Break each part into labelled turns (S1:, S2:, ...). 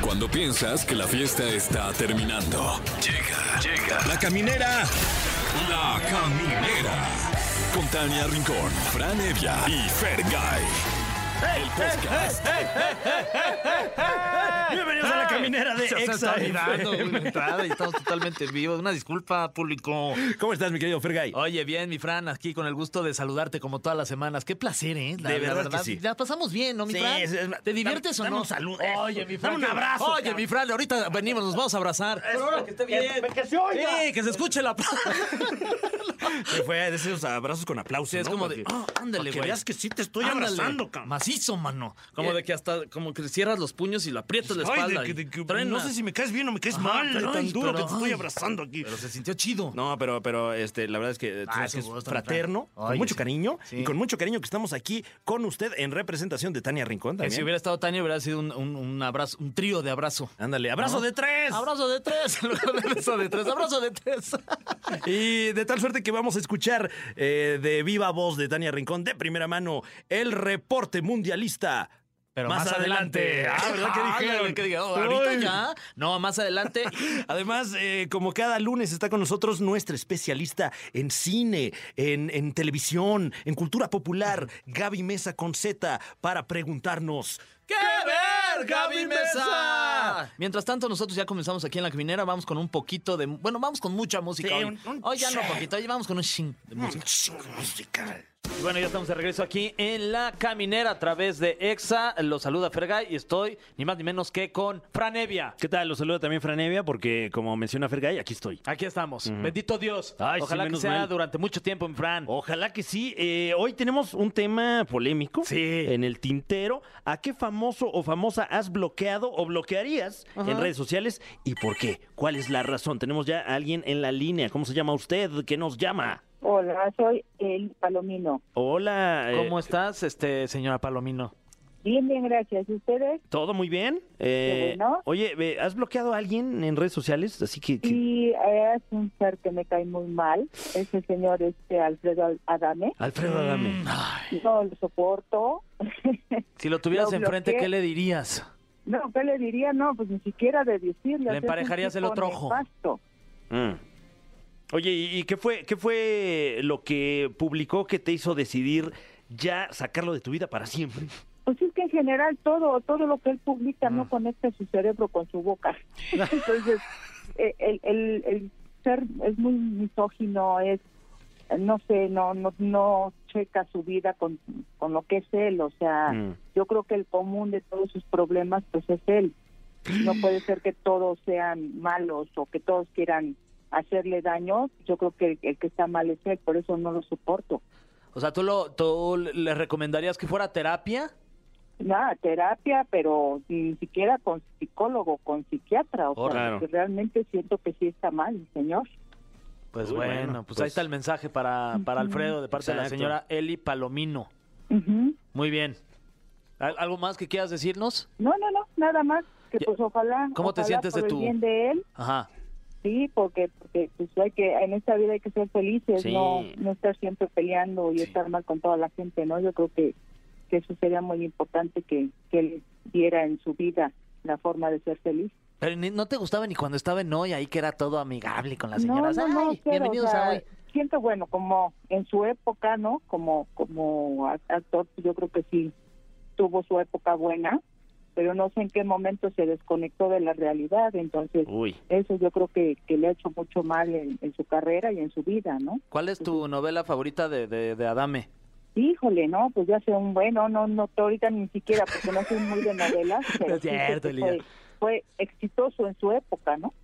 S1: Cuando piensas que la fiesta está terminando. Llega, llega. La caminera. La caminera. Con Tania Rincón, Fran Evia y Fer El podcast.
S2: Bienvenidos a la caminera de
S3: Se está
S2: Exa.
S3: olvidando
S2: FM.
S3: una entrada y estamos totalmente en vivo. Una disculpa, público.
S2: ¿Cómo estás, mi querido Fergay?
S3: Oye, bien, mi Fran, aquí con el gusto de saludarte como todas las semanas. Qué placer, ¿eh? La,
S2: De
S3: la
S2: verdad que sí.
S3: La pasamos bien, ¿no, mi
S2: Sí,
S3: Fran?
S2: es- es-
S3: ¿Te diviertes
S2: dame-
S3: o no?
S2: dame un saludo.
S3: Oye, mi Fran.
S2: Dame un
S3: que-
S2: abrazo,
S3: Oye,
S2: cabrón.
S3: mi Fran, ahorita venimos, nos vamos a abrazar. Pero ahora que esté bien.
S2: que se oiga.
S3: Sí, que se escuche la.
S2: Se fue de esos abrazos con aplausos.
S3: Sí, es
S2: ¿no?
S3: como
S2: Para
S3: de,
S2: que-
S3: "Ah, ándale,
S2: para que
S3: güey".
S2: veas que sí te estoy
S3: Ándale,
S2: abrazando, cabrón.
S3: Macizo, mano. Como
S2: Eh.
S3: de que hasta, como que cierras los puños y lo aprietas la
S2: Ay, de
S3: espalda.
S2: que-
S3: y
S2: de que-
S3: truena.
S2: no sé si me caes bien o me caes
S3: Ajá,
S2: mal, de
S3: pero,
S2: tan
S3: ay,
S2: duro que
S3: pero,
S2: te estoy
S3: ay.
S2: abrazando aquí.
S3: Pero se sintió chido.
S2: No, pero, pero este, la verdad es que, tú
S3: Ah,
S2: sabes
S3: su
S2: que es
S3: voz tan
S2: fraterno,
S3: franca.
S2: con
S3: Oye,
S2: mucho
S3: sí.
S2: cariño
S3: Sí.
S2: y con mucho cariño que estamos aquí con usted en representación de Tania Rincón
S3: Que
S2: también.
S3: si hubiera estado Tania hubiera sido un, un- un abrazo, un trío de abrazo.
S2: Ándale, abrazo
S3: ¿No?
S2: de tres.
S3: Abrazo de tres, en lugar de beso de tres, abrazo de tres.
S2: Y de tal suerte que vamos a escuchar eh, de viva voz de Tania Rincón de primera mano el reporte mundialista.
S3: Pero
S2: más, adelante. Ah, ¿verdad que dijeron?
S3: Ándale, que diga, oh, ahorita
S2: Uy.
S3: ya. No, más adelante.
S2: Además, eh, como cada lunes está con nosotros nuestra especialista en cine, en, en televisión, en cultura popular, Gaby Mesa con Z, para preguntarnos.
S3: ¡Qué ver, Gaby Mesa! Mientras tanto, nosotros ya comenzamos aquí en la caminera. Vamos con un poquito de. Bueno, vamos con mucha música.
S2: Sí,
S3: hoy.
S2: un- Mm. un
S3: Hoy ya no
S2: ching.
S3: poquito, hoy vamos con un ching de música.
S2: Musical.
S3: Y Bueno, ya estamos de regreso aquí en La Caminera a través de EXA. Los saluda Fergay y estoy ni más ni menos que con Franevia.
S4: ¿Qué tal? Los saludo también Franevia porque como menciona Fergay, aquí estoy.
S3: Aquí estamos. Bendito Dios.
S4: Ay, sí,
S3: Ojalá que
S4: menos
S3: sea
S4: mal. Oh,
S3: durante mucho tiempo en Fran.
S4: Ojalá que sí. Eh, hoy tenemos un tema polémico
S3: Sí.
S4: en el tintero. ¿A qué famoso o famosa has bloqueado o bloquearías en redes sociales y por qué? ¿Cuál es la razón? Tenemos ya a alguien en la línea. ¿Cómo se llama usted? ¿Qué nos llama?
S5: Hola, soy el Palomino.
S4: Hola. eh,
S3: ¿Cómo estás, este señora Palomino?
S5: Bien, bien, gracias. ¿Y ustedes?
S4: ¿Todo muy bien? Eh,
S5: bueno.
S4: Oye, eh, ¿has bloqueado a alguien en redes sociales? Así que... que-
S5: Sí, eh, es un ser que me cae muy mal, ese señor este Alfredo Adame.
S4: Alfredo Adame.
S5: No lo soporto.
S3: Si lo tuvieras
S5: Lo
S3: enfrente,
S5: bloqueé.
S3: ¿qué le dirías?
S5: No, ¿qué le diría? No, pues ni siquiera de decirle. o
S3: Le
S5: sea, es un
S3: emparejarías el
S5: tipo
S3: otro ojo.
S5: nefasto.
S4: Mm. Oye, ¿y y qué fue, qué fue lo que publicó que te hizo decidir ya sacarlo de tu vida para siempre?
S5: Pues es que en general todo todo lo que él publica no conecta su cerebro con su boca. Entonces, eh, el, el, el ser es muy misógino, es eh, no sé, no no no checa su vida con, con lo que es él, o sea,
S4: Mm.
S5: yo creo que el común de todos sus problemas pues es él. No puede ser que todos sean malos o que todos quieran hacerle daño. Yo creo que el, el que está mal es él, por eso no lo soporto.
S3: O sea, ¿tú, lo, tú le recomendarías que fuera a terapia?
S5: Nada, terapia, pero ni siquiera con psicólogo, con psiquiatra. O
S3: Oh,
S5: sea,
S4: claro.
S5: porque realmente siento que sí está mal, el señor.
S3: Pues
S4: Uy,
S3: bueno,
S4: bueno,
S3: pues, ahí
S4: pues-
S3: está el mensaje para, para Alfredo de parte de la
S4: Exacto.
S3: señora Eli Palomino.
S5: Ujú.
S3: Muy bien. ¿Al- ¿Algo más que quieras decirnos?
S5: No, no, no, nada más. Que
S3: Ya.
S5: pues ojalá.
S3: ¿Cómo te
S5: ojalá
S3: sientes
S5: por
S3: de
S5: el
S3: tu-
S5: bien de él,
S3: Ajá.
S5: sí, porque, porque pues hay que, en esta vida hay que ser felices,
S4: Sí.
S5: no, no estar siempre peleando y estar mal con toda la gente, ¿no? Yo creo que, que eso sería muy importante que, que él viera en su vida la forma de ser feliz.
S3: Pero ni- no te gustaba ni cuando estaba en hoy, ahí que era todo amigable con las
S5: No,
S3: señoras.
S5: no, no,
S3: Ay,
S5: cero,
S3: bienvenidos
S5: o sea,
S3: a hoy.
S5: Siento, bueno, como en su época, ¿no? Como, como a- actor, yo creo que sí tuvo su época buena, pero no sé en qué momento se desconectó de la realidad. Entonces,
S4: Uy.
S5: eso yo creo que, que le ha hecho mucho mal en, en su carrera y en su vida, ¿no?
S3: ¿Cuál es tu novela favorita de, de, de Adame?
S5: Híjole, ¿no? Pues ya sé un bueno, no, no, ahorita ni siquiera, porque no soy muy de novelas. Pero
S3: Es
S5: sí sé
S3: cierto,
S5: que
S3: Elida.
S5: fue, fue exitoso en su época, ¿no?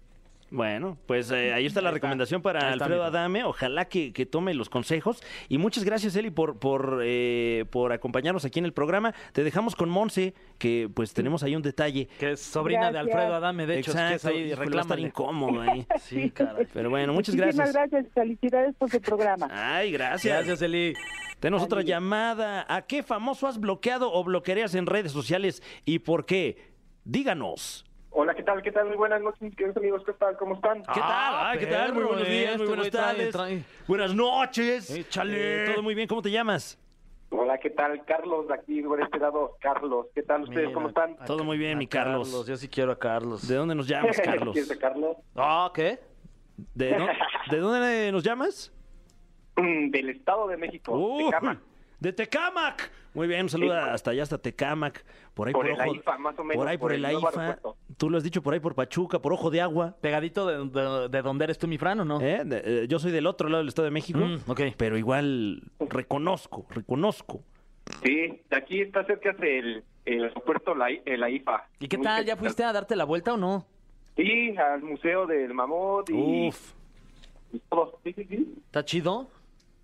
S4: Bueno, pues eh, ahí está la recomendación para
S3: Ahí está,
S4: Alfredo
S3: mijo.
S4: Adame. Ojalá que, que tome los consejos. Y muchas gracias, Eli, por, por, eh, por acompañarnos aquí en el programa. Te dejamos con Monse, que pues tenemos ahí un detalle.
S3: Que es sobrina de
S5: Gracias.
S3: Alfredo Adame, de hecho, si quieres
S4: híjole, va
S3: ahí
S4: a estar
S3: reclámale.
S4: incómodo ahí.
S3: Sí, caray.
S4: Pero bueno, muchas
S5: Muchísimas
S4: gracias.
S5: gracias, felicidades por su
S3: Ah,
S5: programa.
S4: Ay, gracias. eh.
S3: Gracias, Eli.
S4: Tenemos otra
S5: Ándale.
S4: llamada. ¿A qué famoso has bloqueado o bloquearías en redes sociales y por qué? Díganos.
S6: Hola, ¿qué tal? ¿Qué tal? Muy buenas noches, mis queridos amigos. ¿Qué tal? ¿Cómo están?
S4: ¿Qué tal?
S3: Ah,
S4: Ay, ¿qué tal? Muy
S3: perro,
S4: buenos
S3: eh,
S4: días,
S3: este
S4: muy buenas
S3: güey trae-
S4: tardes.
S3: trae-
S4: Buenas noches.
S3: Échale.
S4: Eh, todo muy bien. ¿Cómo te llamas?
S6: Hola, ¿qué tal? Carlos, aquí por este lado, Carlos. ¿Qué tal ustedes?
S3: Mira,
S6: ¿Cómo están?
S4: Todo muy bien,
S3: a
S4: mi Carlos.
S3: Yo sí quiero a Carlos.
S4: ¿De dónde nos llamas, Carlos?
S6: ¿Quién es Carlos?
S3: Ah, ¿qué?
S4: ¿De, dó- de dónde nos llamas?
S6: Mm, Del Estado de México, Oh, de
S4: Uy,
S6: Cama.
S4: de Tecámac. Muy bien, un saludo
S6: Sí.
S4: hasta allá, hasta Tecámac. Por ahí por,
S6: Por el
S4: Ojo-
S6: AIFA, más o menos,
S4: Por ahí por,
S6: por
S4: el,
S6: el nuevo
S4: AIFA.
S6: aeropuerto.
S4: Tú lo has dicho por ahí por Pachuca, por Ojo de Agua.
S3: ¿Pegadito de, de, de donde eres tú, mi Fran, o no?
S4: ¿eh? De- eh, yo soy del otro lado del Estado de México,
S3: Mm, ok.
S4: pero igual reconozco, reconozco.
S6: Sí, de aquí está cerca el, el aeropuerto La, el AIFA.
S3: ¿Y qué tal? ¿Ya fuiste a darte la vuelta o no?
S6: Sí, al Museo del Mamut y
S4: Uf.
S6: y todo. Sí, sí, sí.
S3: ¿Está chido?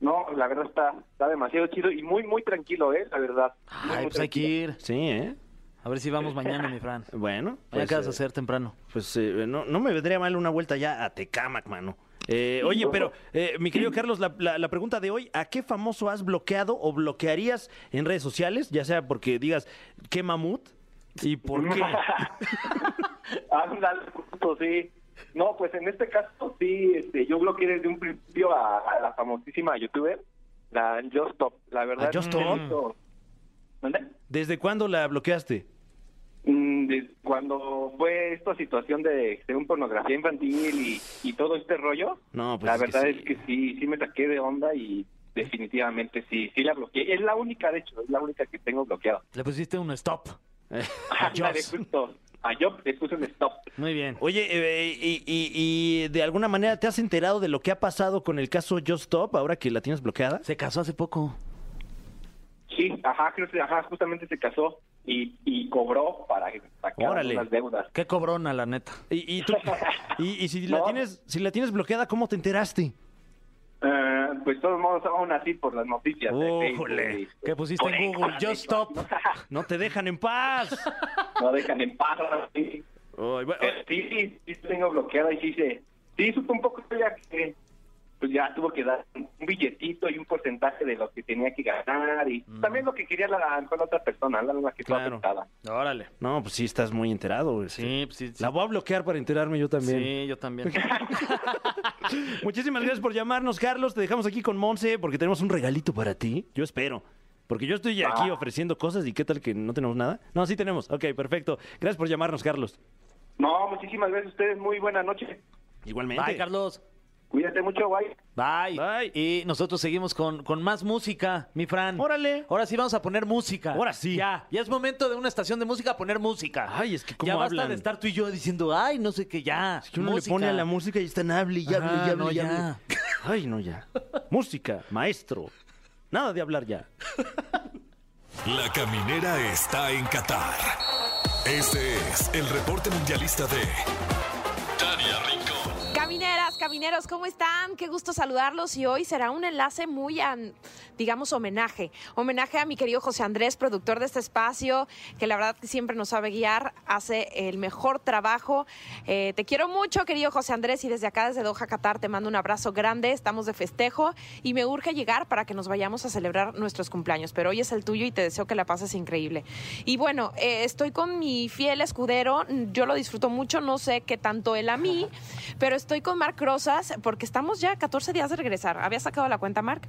S6: No, la verdad está, está demasiado chido y muy, muy tranquilo, ¿eh? La verdad. Muy,
S3: Ay,
S6: muy
S3: pues hay que
S6: tranquilo.
S3: ir.
S4: Sí, ¿eh?
S3: A ver si vamos mañana, mi Fran.
S4: Bueno.
S3: Mañana qué vas
S4: eh,
S3: a hacer temprano.
S4: Pues eh, no, no me vendría mal una vuelta ya a Tecámac, mano. Eh, oye, pero eh, mi querido Carlos, la, la- la pregunta de hoy, ¿a qué famoso has bloqueado o bloquearías en redes sociales? Ya sea porque digas, ¿qué mamut? ¿Y por qué?
S6: Ándale, justo, sí. No, pues en este caso, sí, este, yo bloqueé desde un principio a, a la famosísima youtuber, la Justop. La verdad,
S4: ¿A Just
S6: me
S4: Stop?
S6: hizo- ¿Mande?
S4: ¿Desde cuándo la bloqueaste?
S6: Mm, de- cuando fue esta situación de, de un pornografía infantil y, y todo este rollo,
S4: No, pues
S6: la
S4: es que
S6: verdad
S4: sí.
S6: es que sí, sí me saqué de onda y definitivamente sí, sí la bloqueé. Es la única, de hecho, es la única que tengo bloqueada.
S3: Le pusiste un stop.
S4: Eh.
S6: Ándale,
S3: Just.
S4: pues.
S6: justo. A Job le puse un stop.
S3: Muy bien.
S4: Oye, eh, y, y- y de alguna manera te has enterado de lo que ha pasado con el caso Just Stop ahora que la tienes bloqueada?
S3: Se casó hace poco.
S6: Sí, ajá, creo que, ajá, justamente se casó y, y cobró para sacar
S4: Órale.
S6: unas deudas.
S3: Qué cobrona, la neta.
S4: Y, y tú- y- y si, la
S6: No.
S4: tienes, si la tienes bloqueada, ¿cómo te enteraste?
S6: Eh, pues todos modos, aún así por las noticias. de Facebook
S4: Ujule.
S6: y-
S3: ¿Qué pusiste
S6: por
S3: en
S6: ahí,
S3: Google?
S6: por ahí,
S3: Just stop.
S4: No te dejan en paz.
S6: No dejan en paz. sí.
S4: Ay, bueno,
S6: Eh, Sí, sí, sí, tengo bloqueada y sí se... Sí, supe un poco ya que pues ya tuvo que dar un billetito y un porcentaje de lo que tenía que ganar y
S3: Mm.
S6: también lo que quería la, con la otra persona, la, la que estaba
S4: Claro.
S6: afectada.
S3: Órale.
S4: No, pues sí, estás muy enterado. este.
S3: Sí, pues sí. sí.
S4: La voy a bloquear para enterarme yo también.
S3: Sí, yo también.
S4: Muchísimas gracias por llamarnos, Carlos. Te dejamos aquí con Monse porque tenemos un regalito para ti. Yo espero. Porque yo estoy aquí
S6: Ah.
S4: ofreciendo cosas y qué tal que no tenemos nada. No, sí tenemos. Ok, perfecto. Gracias por llamarnos, Carlos.
S6: No, muchísimas gracias a ustedes. Muy buena noche.
S4: Igualmente.
S3: Bye, Carlos.
S6: Cuídate mucho, bye.
S3: Bye.
S4: Bye.
S3: Y nosotros seguimos con, con más música, mi Fran.
S4: Órale.
S3: Ahora sí vamos a poner música.
S4: Ahora sí.
S3: Ya, ya es momento de una estación de música poner música.
S4: Ay, es que cómo
S3: Ya basta
S4: hablan.
S3: de estar tú y yo diciendo, ay, no sé qué, ya.
S4: Es que uno le pone a la música y están hable y hable
S3: Ah,
S4: y hable
S3: no,
S4: y hable.
S3: ya.
S4: Ay, no, ya. música, maestro. Nada de hablar ya.
S1: La caminera está en Qatar. Este es el reporte mundialista de Tania Rincón.
S7: Camineras, camineros, ¿cómo están? Qué gusto saludarlos y hoy será un enlace muy, an- digamos, homenaje. Homenaje a mi querido José Andrés, productor de este espacio, que la verdad que siempre nos sabe guiar, hace el mejor trabajo. Eh, te quiero mucho, querido José Andrés, y desde acá, desde Doha, Qatar, te mando un abrazo grande. Estamos de festejo y me urge llegar para que nos vayamos a celebrar nuestros cumpleaños, pero hoy es el tuyo y te deseo que la pases increíble. Y bueno, eh, estoy con mi fiel escudero, yo lo disfruto mucho, no sé qué tanto él a mí, pero estoy con Marc Rosas porque estamos ya a 14 días de regresar. ¿Había sacado la cuenta, Marc?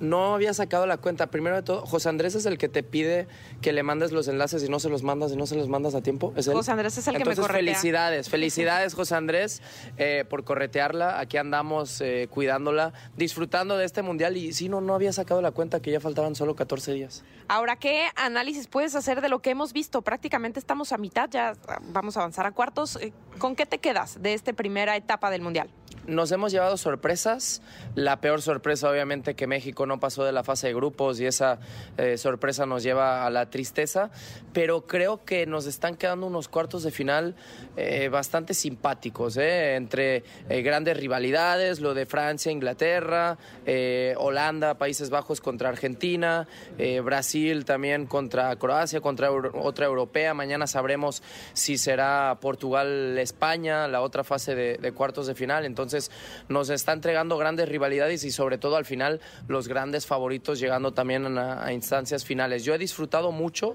S8: No había sacado la cuenta. Primero de todo, José Andrés es el que te pide que le mandes los enlaces y no se los mandas y no se los mandas a tiempo. ¿Es él?
S7: José Andrés es el que me
S8: Entonces,
S7: corretea.
S8: felicidades, felicidades José Andrés eh, por corretearla. Aquí andamos eh, cuidándola, disfrutando de este mundial y sí, no, no había sacado la cuenta que ya faltaban solo 14 días.
S7: Ahora, ¿qué análisis puedes hacer de lo que hemos visto? Prácticamente estamos a mitad, ya vamos a avanzar a cuartos. Eh, ¿Con qué te quedas de esta primera etapa del Mundial?
S8: Nos hemos llevado sorpresas. La peor sorpresa, obviamente, que México no pasó de la fase de grupos y esa eh, sorpresa nos lleva a la tristeza. Pero creo que nos están quedando unos cuartos de final eh, bastante simpáticos, ¿eh? entre eh, grandes rivalidades, lo de Francia, Inglaterra, eh, Holanda, Países Bajos contra Argentina, eh, Brasil también contra Croacia, contra Euro- otra europea. Mañana sabremos si será Portugal-España, la otra fase de, de cuartos de final. Entonces, Entonces nos está entregando grandes rivalidades y sobre todo al final los grandes favoritos llegando también a, a instancias finales. Yo he disfrutado mucho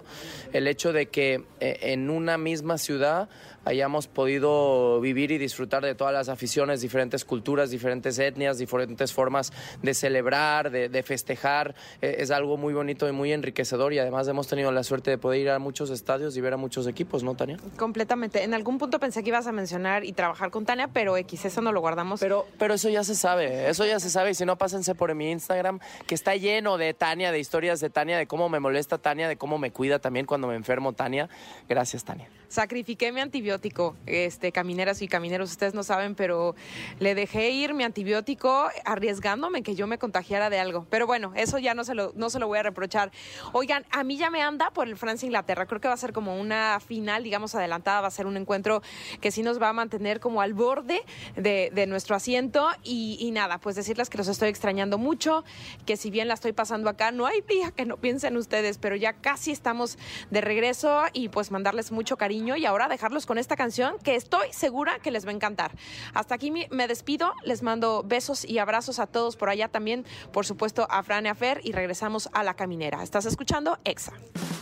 S8: el hecho de que eh, en una misma ciudad hayamos podido vivir y disfrutar de todas las aficiones, diferentes culturas, diferentes etnias, diferentes formas de celebrar, de, de festejar. Eh, es algo muy bonito y muy enriquecedor y además hemos tenido la suerte de poder ir a muchos estadios y ver a muchos equipos, ¿no, Tania?
S7: Completamente. En algún punto pensé que ibas a mencionar y trabajar con Tania, pero X, eso no lo guardamos.
S8: Pero, pero eso ya se sabe, eso ya se sabe. Y si no, pásense por mi Instagram, que está lleno de Tania, de historias de Tania, de cómo me molesta Tania, de cómo me cuida también cuando me enfermo Tania. Gracias, Tania.
S7: Sacrifiqué mi antibiótico, este, camineras y camineros, ustedes no saben, pero le dejé ir mi antibiótico arriesgándome que yo me contagiara de algo. Pero bueno, eso ya no se lo, no se lo voy a reprochar. Oigan, a mí ya me anda por el Francia-Inglaterra. Creo que va a ser como una final, digamos, adelantada. Va a ser un encuentro que sí nos va a mantener como al borde de, de nuestro asiento. Y, y nada, pues decirles que los estoy extrañando mucho, que si bien la estoy pasando acá, no hay día que no piensen ustedes, pero ya casi estamos de regreso y pues mandarles mucho cariño y ahora dejarlos con esta canción que estoy segura que les va a encantar. Hasta aquí mi- me despido, les mando besos y abrazos a todos por allá también, por supuesto a Fran y a Fer y regresamos a La Caminera. Estás escuchando EXA.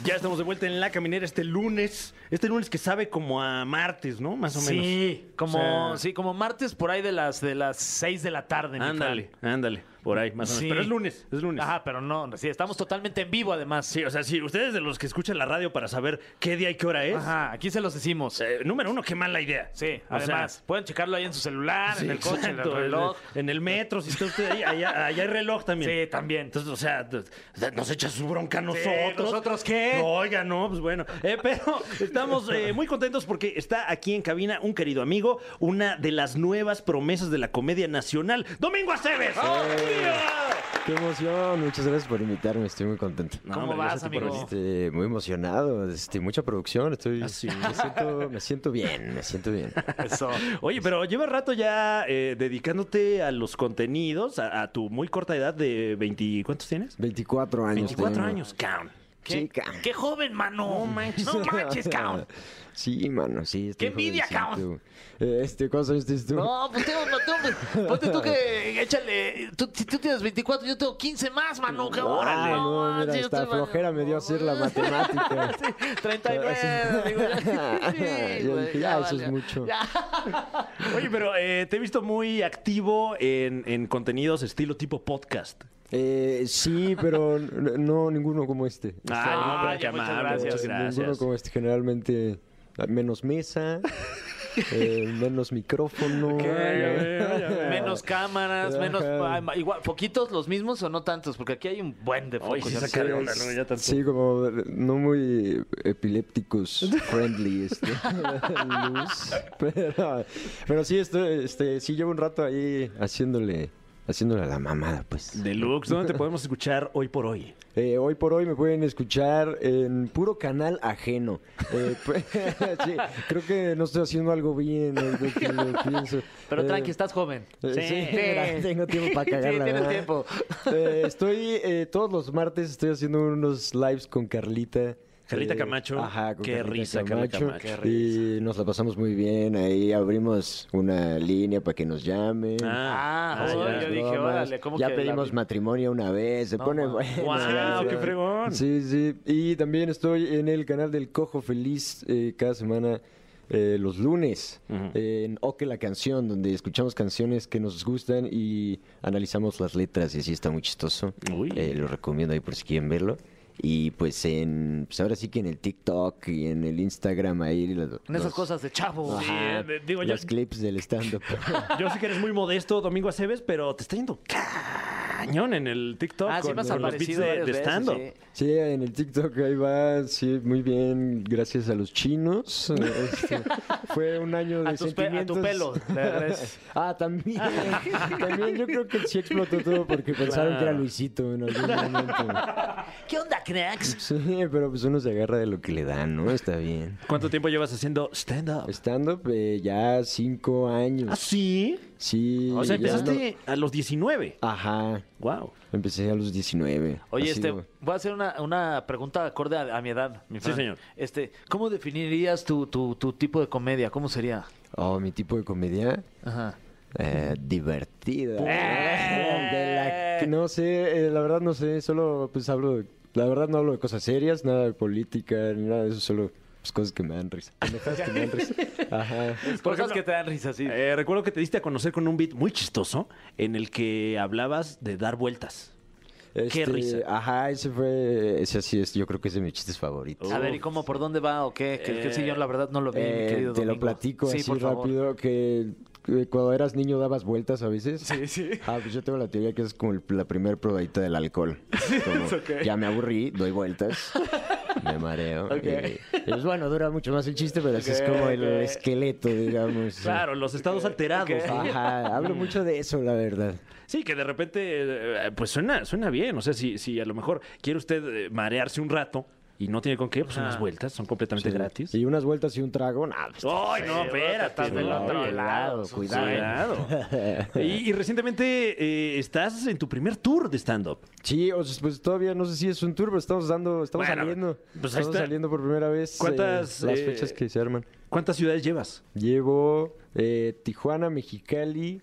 S4: Ya estamos de vuelta en La Caminera este lunes. Este lunes que sabe como a martes, ¿no? Más o menos.
S3: Sí, como,
S4: O sea-
S3: sí, como martes por ahí de las de las 6 de la tarde. mi
S4: Ándale,
S3: Fran.
S4: ándale. Por ahí, más o menos.
S3: Sí.
S4: Pero es lunes, es lunes.
S3: Ajá, pero no, sí, estamos totalmente en vivo además.
S4: Sí, o sea, si ustedes de los que escuchan la radio para saber qué día y qué hora es.
S3: Ajá, aquí se los decimos.
S4: eh, número uno, qué mala idea.
S3: Sí,
S4: O sea,
S3: además, pueden checarlo ahí en su celular,
S4: sí,
S3: en el coche,
S4: exacto,
S3: en el reloj.
S4: En el, en el metro, si está usted ahí, allá, allá hay reloj también.
S3: Sí, también.
S4: Entonces, o sea, t- nos echa su bronca a nosotros.
S3: ¿nosotros qué?
S4: No, Oiga, no, pues bueno. Eh, pero estamos eh, muy contentos porque está aquí en cabina un querido amigo, una de las nuevas promesas de la comedia nacional, Domingo Aceves.
S9: ¡Qué emoción! Muchas gracias por invitarme, estoy muy contento.
S3: ¿Cómo
S4: hombre,
S3: vas,
S4: gracias a ti por
S3: amigo? Ah,
S9: Este, muy emocionado, este, mucha producción, estoy, me, siento, me siento bien, me siento bien.
S3: Eso.
S4: Oye, pero lleva rato ya eh, dedicándote a los contenidos, a, a tu muy corta edad de 20, ¿cuántos tienes?
S9: 24 años
S3: Este,
S4: 24
S9: tengo.
S4: años, cabrón.
S3: ¿Qué,
S9: Chica.
S3: qué joven, mano. No manches, no manches, cabrón.
S9: Sí, mano, sí. estoy
S3: ¡Qué envidia,
S9: jovencito. Eh, Este, ¿cuántos años tienes tú?
S3: No, pues tengo, no, tengo- ponte tú que échale, tú, si tú tienes 24, yo tengo 15 más, mano, que
S9: Ah,
S3: órale.
S9: no, mira,
S3: manches, yo
S9: hasta
S3: estoy-
S9: flojera me dio hacer la matemática.
S3: Sí, 39, digo, ya, sí,
S9: Yo
S3: güey,
S9: dije,
S3: ya
S9: ya, eso es
S3: valió.
S9: mucho.
S3: Ya.
S4: Oye, pero eh, te he visto muy activo en, en contenidos estilo tipo podcast.
S9: Eh, sí, pero n- no ninguno como este.
S3: Ah,
S4: no, pero
S3: ya,
S4: qué
S3: muchas
S4: amable,
S3: gracias.
S4: muchas
S9: Ninguno
S4: gracias.
S9: como este, generalmente eh, menos mesa, eh, menos micrófono.
S3: Menos cámaras, menos.
S9: Ajá.
S3: ah, Igual, ¿Poquitos los mismos o no tantos? Porque aquí hay un buen de
S4: Oye,
S3: focos.
S4: sí
S3: ya
S4: saca de
S3: sé.
S4: onda, ¿no? Ya tanto.
S9: Sí, como eh, no muy epilépticos friendly este luz. Pero, pero sí, estoy, este, sí llevo un rato ahí haciéndole, haciéndole a la mamada, pues.
S4: Deluxe, ¿dónde te podemos escuchar hoy por hoy?
S9: Eh, hoy por hoy me pueden escuchar en puro canal ajeno. Eh, pues, sí, creo que no estoy haciendo algo bien. ahorita que lo pienso.
S3: Pero
S9: Eh,
S3: tranqui, estás joven.
S9: eh, sí,
S3: Sí.
S9: mira, tengo tiempo para
S3: Sí,
S9: cagarla.
S3: tienes
S9: ¿verdad?
S3: tiempo.
S9: Eh, estoy eh, todos los martes estoy haciendo unos lives con Carlita.
S4: Carlita
S9: Eh,
S4: Camacho.
S9: Ajá, con
S4: Qué
S9: Carlita
S4: risa, Carla Camacho. Qué
S9: Y nos la pasamos muy bien. Ahí abrimos una línea para que nos llamen.
S3: Ah,
S9: Hacen
S3: oye,
S9: las
S3: yo dije,
S9: bromas.
S3: órale, ¿cómo
S9: ya
S3: que la
S9: pedimos
S3: vi-
S9: matrimonio una vez. Se pone
S3: ma-
S9: bueno.
S4: ¡Guau,
S9: o sea.
S4: qué fregón!
S9: Sí, sí. Y también estoy en el canal del Cojo Feliz eh, cada semana. eh, los lunes eh, en Oque la canción, donde escuchamos canciones que nos gustan y analizamos las letras, y así está muy chistoso.
S4: Uy.
S9: Eh, lo recomiendo ahí por si quieren verlo. Y pues en pues ahora sí que en el TikTok y en el Instagram ahí las,
S3: En esas cosas de chavo.
S9: ajá,
S4: eh, digo, yo-
S9: los clips del stand up.
S4: Yo sé que eres muy modesto, Domingo Aceves, pero te está yendo cañón en el TikTok
S3: Ah, sí
S4: con,
S3: me has
S4: con los beats
S3: aparecido
S4: de,
S3: varias
S4: de
S3: veces,
S4: stand-up.
S3: sí.
S9: Sí, en el TikTok ahí va, sí, muy bien, gracias a los chinos. Este, fue un año de
S3: A tus pe- a tu
S9: sentimientos.
S3: pelo, le agradeces.
S9: ah, también. también yo creo que sí explotó todo porque pensaron que era Luisito en algún momento.
S3: ¿Qué onda, cracks?
S9: Sí, pero pues uno se agarra de lo que le dan, ¿no? Está bien.
S4: ¿Cuánto tiempo llevas haciendo stand-up?
S9: Stand-up eh, ya cinco
S4: ¿Ah,
S9: años.
S4: sí?
S9: Sí.
S4: O sea,
S9: ya lo-
S4: empezaste a los 19.
S9: Ajá.
S4: Wow.
S9: Empecé a los 19.
S3: Oye,
S9: Ha
S3: este,
S9: sido-
S3: voy a hacer una, una pregunta acorde a, a mi edad, mi
S4: Sí,
S3: Fran.
S4: señor.
S3: Este, ¿cómo definirías tu, tu, tu tipo de comedia? ¿Cómo sería?
S9: Oh, mi tipo de comedia.
S3: Ajá.
S9: eh, divertida. De la- no sé, eh, la verdad no sé, solo pues hablo, de- la verdad no hablo de cosas serias, nada de política, ni nada de eso, solo pues, cosas que me dan risa. Pendejadas que me dan risa. Ajá.
S3: Cosas que te dan risa, sí.
S4: Eh, recuerdo que te diste a conocer con un beat muy chistoso en el que hablabas de dar vueltas. Qué
S9: Este,
S4: risa.
S9: Ajá, ese fue, ese así es, yo creo que es de mis chistes favoritos.
S3: A ver, ¿y cómo? ¿Por dónde va o qué? Que, que
S4: Eh,
S3: sí, yo la verdad no lo vi, mi
S9: Eh,
S3: querido
S9: te lo
S3: Domingo.
S9: platico
S3: sí,
S9: así
S3: por favor.
S9: rápido que eh, cuando eras niño dabas vueltas a veces.
S3: Sí, sí.
S9: Ah, pues yo tengo la teoría que es como el- la primer probadita del alcohol. Como, Ya me aburrí, doy vueltas, me mareo. Y, y pues bueno, dura mucho más el chiste, pero así es como el esqueleto, digamos.
S4: Claro, los estados alterados. ¿no?
S9: Ajá, hablo mucho de eso, la verdad.
S4: Sí, que de repente, eh, pues suena, suena bien. O sea, si, si a lo mejor quiere usted eh, marearse un rato y no tiene con qué, pues unas vueltas son completamente gratis.
S9: Y unas vueltas y un trago, nada. pues,
S4: ¡Ay, no, espérate!
S9: sí,
S4: no,
S9: no,
S4: oye,
S9: cuidado, cuidado.
S4: cuidado. y, y recientemente eh, estás en tu primer tour de stand-up.
S9: Sí, o sea, pues todavía no sé si es un tour, pero estamos dando, estamos
S4: Bueno,
S9: saliendo.
S4: pues ahí
S9: estamos
S4: está.
S9: saliendo por primera vez. eh,
S4: ¿Cuántas,
S9: las
S4: eh,
S9: fechas que se arman.
S4: ¿Cuántas ciudades llevas?
S9: Llevo eh, Tijuana, Mexicali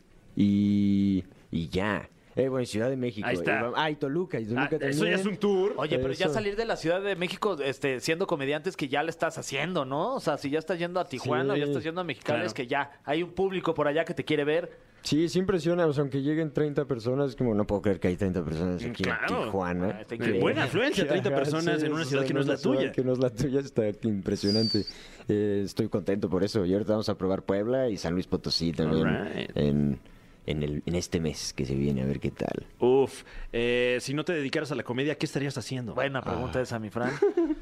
S9: y, y ya. Eh, bueno, y Ciudad de México.
S4: Ahí está.
S9: Y vam- ah, y Toluca, y Toluca
S4: Ah, eso ya
S9: también.
S4: es un tour.
S3: Oye, pero ya
S9: Eso.
S3: salir de la Ciudad de México este, siendo comediantes que ya le estás haciendo, ¿no? O sea, si ya estás yendo a Tijuana,
S9: Sí.
S3: ya estás yendo a Mexicali,
S4: Claro.
S3: es que ya hay un público por allá que te quiere ver.
S9: Sí, sí impresiona. O sea, aunque lleguen 30 personas, es como no puedo creer que hay 30 personas aquí
S4: Claro.
S9: en Tijuana.
S3: Ah, está
S9: Eh,
S3: increíble.
S4: Buena afluencia, 30
S9: Ajá,
S4: personas
S9: sí,
S4: en una
S9: sí,
S4: ciudad que no es
S9: una
S4: la
S9: ciudad
S4: tuya.
S9: Que no es la tuya, está impresionante. Eh, estoy contento por eso. Y ahorita vamos a probar Puebla y San Luis Potosí también.
S4: Alright.
S9: En, en, el, en este mes que se viene, a ver qué tal.
S4: Uf, eh, si no te dedicaras a la comedia, ¿qué estarías haciendo?
S3: Buena pregunta esa, mi Fran.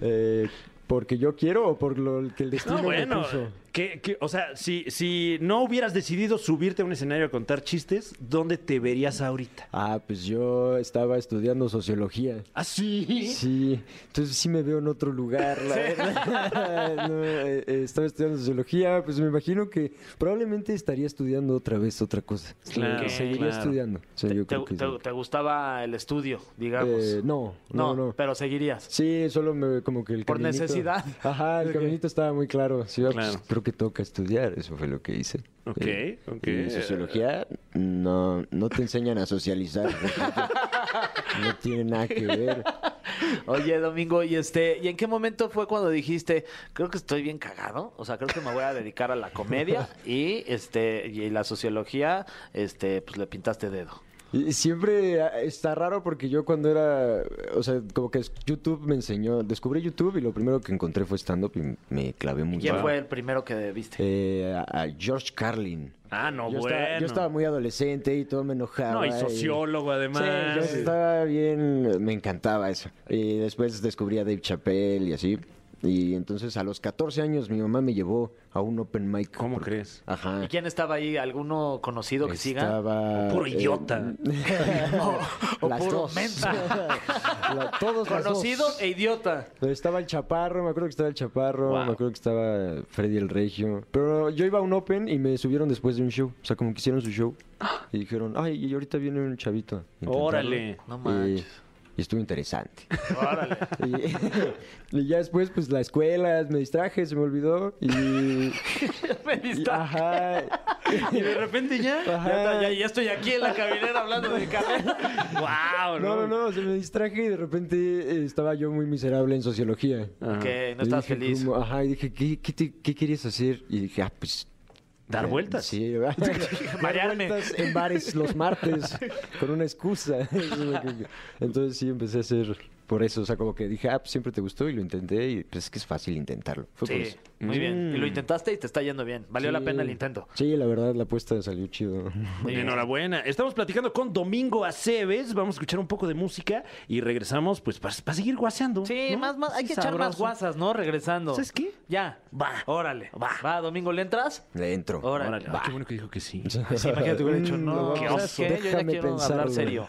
S9: Eh, ¿Porque yo quiero o por lo que el destino
S4: No,
S9: me
S4: bueno,
S9: puso?
S4: que, que- o sea, si, si no hubieras decidido subirte a un escenario a contar chistes, ¿dónde te verías ahorita?
S9: Ah, pues yo estaba estudiando sociología.
S4: ¿Ah,
S3: ¿Eh?
S4: sí?
S9: Sí, entonces sí me veo en otro lugar, la verdad. No, eh, eh, estaba estudiando sociología, pues me imagino que probablemente estaría estudiando otra vez otra cosa.
S4: Claro,
S9: Que seguiría
S4: claro.
S9: estudiando. O sea,
S3: ¿Te,
S9: yo creo
S3: te-
S9: que
S3: te-
S9: sí.
S3: te gustaba el estudio, digamos?
S9: Eh, no, no, no.
S3: pero seguirías.
S9: Sí, solo me como que el
S3: Por
S9: caminito-
S3: necesidad.
S9: Ajá, el caminito estaba muy claro. Sí, ah, pues,
S4: Claro.
S9: creo que toca estudiar, eso fue lo que hice.
S4: Ok,
S9: Eh,
S4: ok.
S9: y sociología no, no te enseñan a socializar. por ejemplo. no tiene nada que ver.
S3: Oye, Domingo, ¿y este y en qué momento fue cuando dijiste, creo que estoy bien cagado? O sea, creo que me voy a dedicar a la comedia y este y la sociología, este pues le pintaste dedo.
S9: Y siempre ah, está raro porque yo cuando era, o sea, como que es- YouTube me enseñó, descubrí YouTube y lo primero que encontré fue stand-up y me clavé mucho.
S3: ¿Quién fue el primero que viste?
S9: Eh, a, a George Carlin.
S4: Ah,
S3: Oh,
S4: no,
S9: yo,
S4: bueno.
S9: estaba, yo estaba muy adolescente y todo me enojaba.
S4: No, y
S9: Sí,
S4: sociólogo
S9: yo
S4: además.
S9: estaba bien, me encantaba eso. Y después descubrí a Dave Chappelle y así. Y entonces a los 14 años mi mamá me llevó a un open mic.
S4: ¿Cómo crees?
S9: Ajá.
S3: ¿Y quién estaba ahí? ¿Alguno conocido que siga?
S9: Estaba,
S4: Puro
S9: eh,
S4: idiota.
S3: O
S9: las
S3: puro
S9: dos.
S3: mensa.
S9: La- todos las dos.
S3: Conocido e idiota.
S9: Estaba el Chaparro, me acuerdo que estaba el Chaparro, me acuerdo que estaba Freddy el Regio. Pero yo iba a un Open y me subieron después de un show. O sea, como que hicieron su show. Y dijeron, ay, y ahorita viene un chavito. a intentarlo".
S4: Órale.
S3: No
S9: Y-
S3: manches.
S9: Y, estuvo interesante.
S3: Órale.
S9: Y, y ya después, pues la escuela, me distraje, se me olvidó. Y.
S3: Me
S9: y-
S3: distraje.
S9: ajá.
S3: Y de repente ya, ya,
S9: Ajá.
S3: ya- ya estoy aquí en la cabinera hablando de carrera. ¡Wow!
S9: No, no, no, se me distraje y de repente eh, estaba yo muy miserable en sociología.
S3: Que no
S9: Y
S3: estás
S9: dije,
S3: feliz.
S9: como, ajá, y dije, ¿qué, qué, te- qué querías hacer? Y dije, ah, pues.
S4: ¿Dar
S9: eh,
S4: vueltas?
S9: Sí, ¿verdad? Dar
S3: Marearme.
S9: vueltas en bares los martes con una excusa. Entonces sí empecé a hacer por eso. O sea, como que dije, ah, pues siempre te gustó y lo intenté y pues es que es fácil intentarlo. Fue por
S3: Sí,
S9: eso.
S3: muy bien. Y lo intentaste y te está yendo bien. Valió la
S9: Sí.
S3: pena el intento.
S9: Sí, la verdad, la apuesta salió chido.
S3: Muy bien.
S4: Enhorabuena. Estamos platicando con Domingo Aceves. Vamos a escuchar un poco de música y regresamos, pues, para seguir guaseando.
S3: Sí,
S4: ¿no?
S3: más, más. Hay
S4: Sí,
S3: que echar más
S4: sabroso.
S3: guasas, ¿no? Regresando.
S4: ¿Sabes qué?
S3: Ya.
S4: Va.
S3: Órale.
S4: Va.
S3: Va, domingo, ¿le entras?
S9: Le entro.
S3: Órale.
S4: Órale. Ah, qué bueno que dijo que sí.
S3: Sí, imagínate, hubiera dicho, no,
S9: Mm,
S3: ¿sabes qué? Yo ya
S9: déjame
S3: quiero hablar
S9: pensarlo.
S3: serio.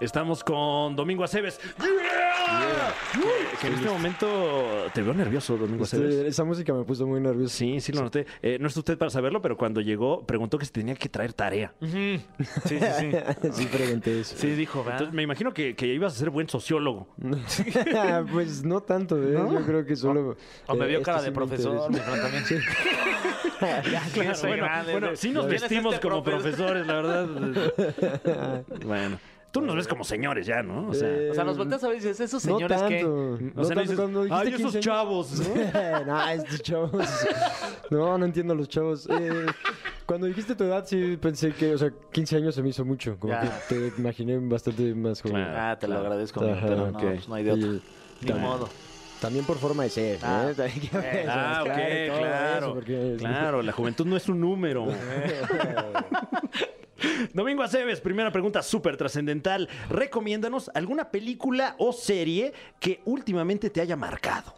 S4: Estamos con Domingo Aceves. ¡Yeah! Que en este momento te veo nervioso, Domingo Aceves.
S9: Este, esa música me puso muy nervioso.
S4: Sí, sí lo noté. Eh, no está usted para saberlo, pero cuando llegó preguntó que se tenía que traer tarea.
S2: Sí, sí, sí.
S9: sí pregunté eso.
S3: Sí, dijo, ¿verdad?
S4: Entonces me imagino que, que ibas a ser buen sociólogo.
S9: pues no tanto, ¿eh? yo creo que solo...
S3: o me
S9: eh,
S3: vio
S9: esto
S3: cara
S9: sí
S3: de
S9: me
S3: profesor, mi
S9: interesa.
S3: planteamiento. Ya, que
S4: Claro,
S3: soy
S4: bueno,
S3: grande,
S4: bueno,
S3: ¿no?
S4: sí nos
S3: ¿Quién es
S4: vestimos
S3: este
S4: como
S3: profe?
S4: profesores, la verdad. bueno, tú nos ves como señores ya, ¿no? O sea,
S9: Eh,
S3: O sea, nos volteas a ver y dices, esos
S9: No
S3: señores que...
S9: tanto.
S4: o
S9: No
S4: sea, no
S9: tanto
S4: dices,
S9: cuando dijiste
S4: "Ay, esos
S9: 15 años".
S4: chavos,
S9: no, estos chavos. No, no entiendo a los chavos. Eh, cuando dijiste tu edad, sí pensé que, o sea, 15 años se me hizo mucho. Como
S3: Ya.
S9: que te imaginé bastante más joven.
S4: Claro.
S3: Ah, te lo agradezco,
S9: Ajá,
S3: pero no,
S9: ok.
S3: pues no hay de otra.
S9: Y
S3: Ni
S9: también-
S3: modo.
S9: También por forma de ser.
S3: Ah.
S9: ¿eh? También que- eso,
S4: Ah, ok,
S9: y todo eso,
S4: claro.
S9: porque-
S4: Claro, la juventud no es un número. Domingo Aceves, primera pregunta súper trascendental. Recomiéndanos alguna película o serie que últimamente te haya marcado.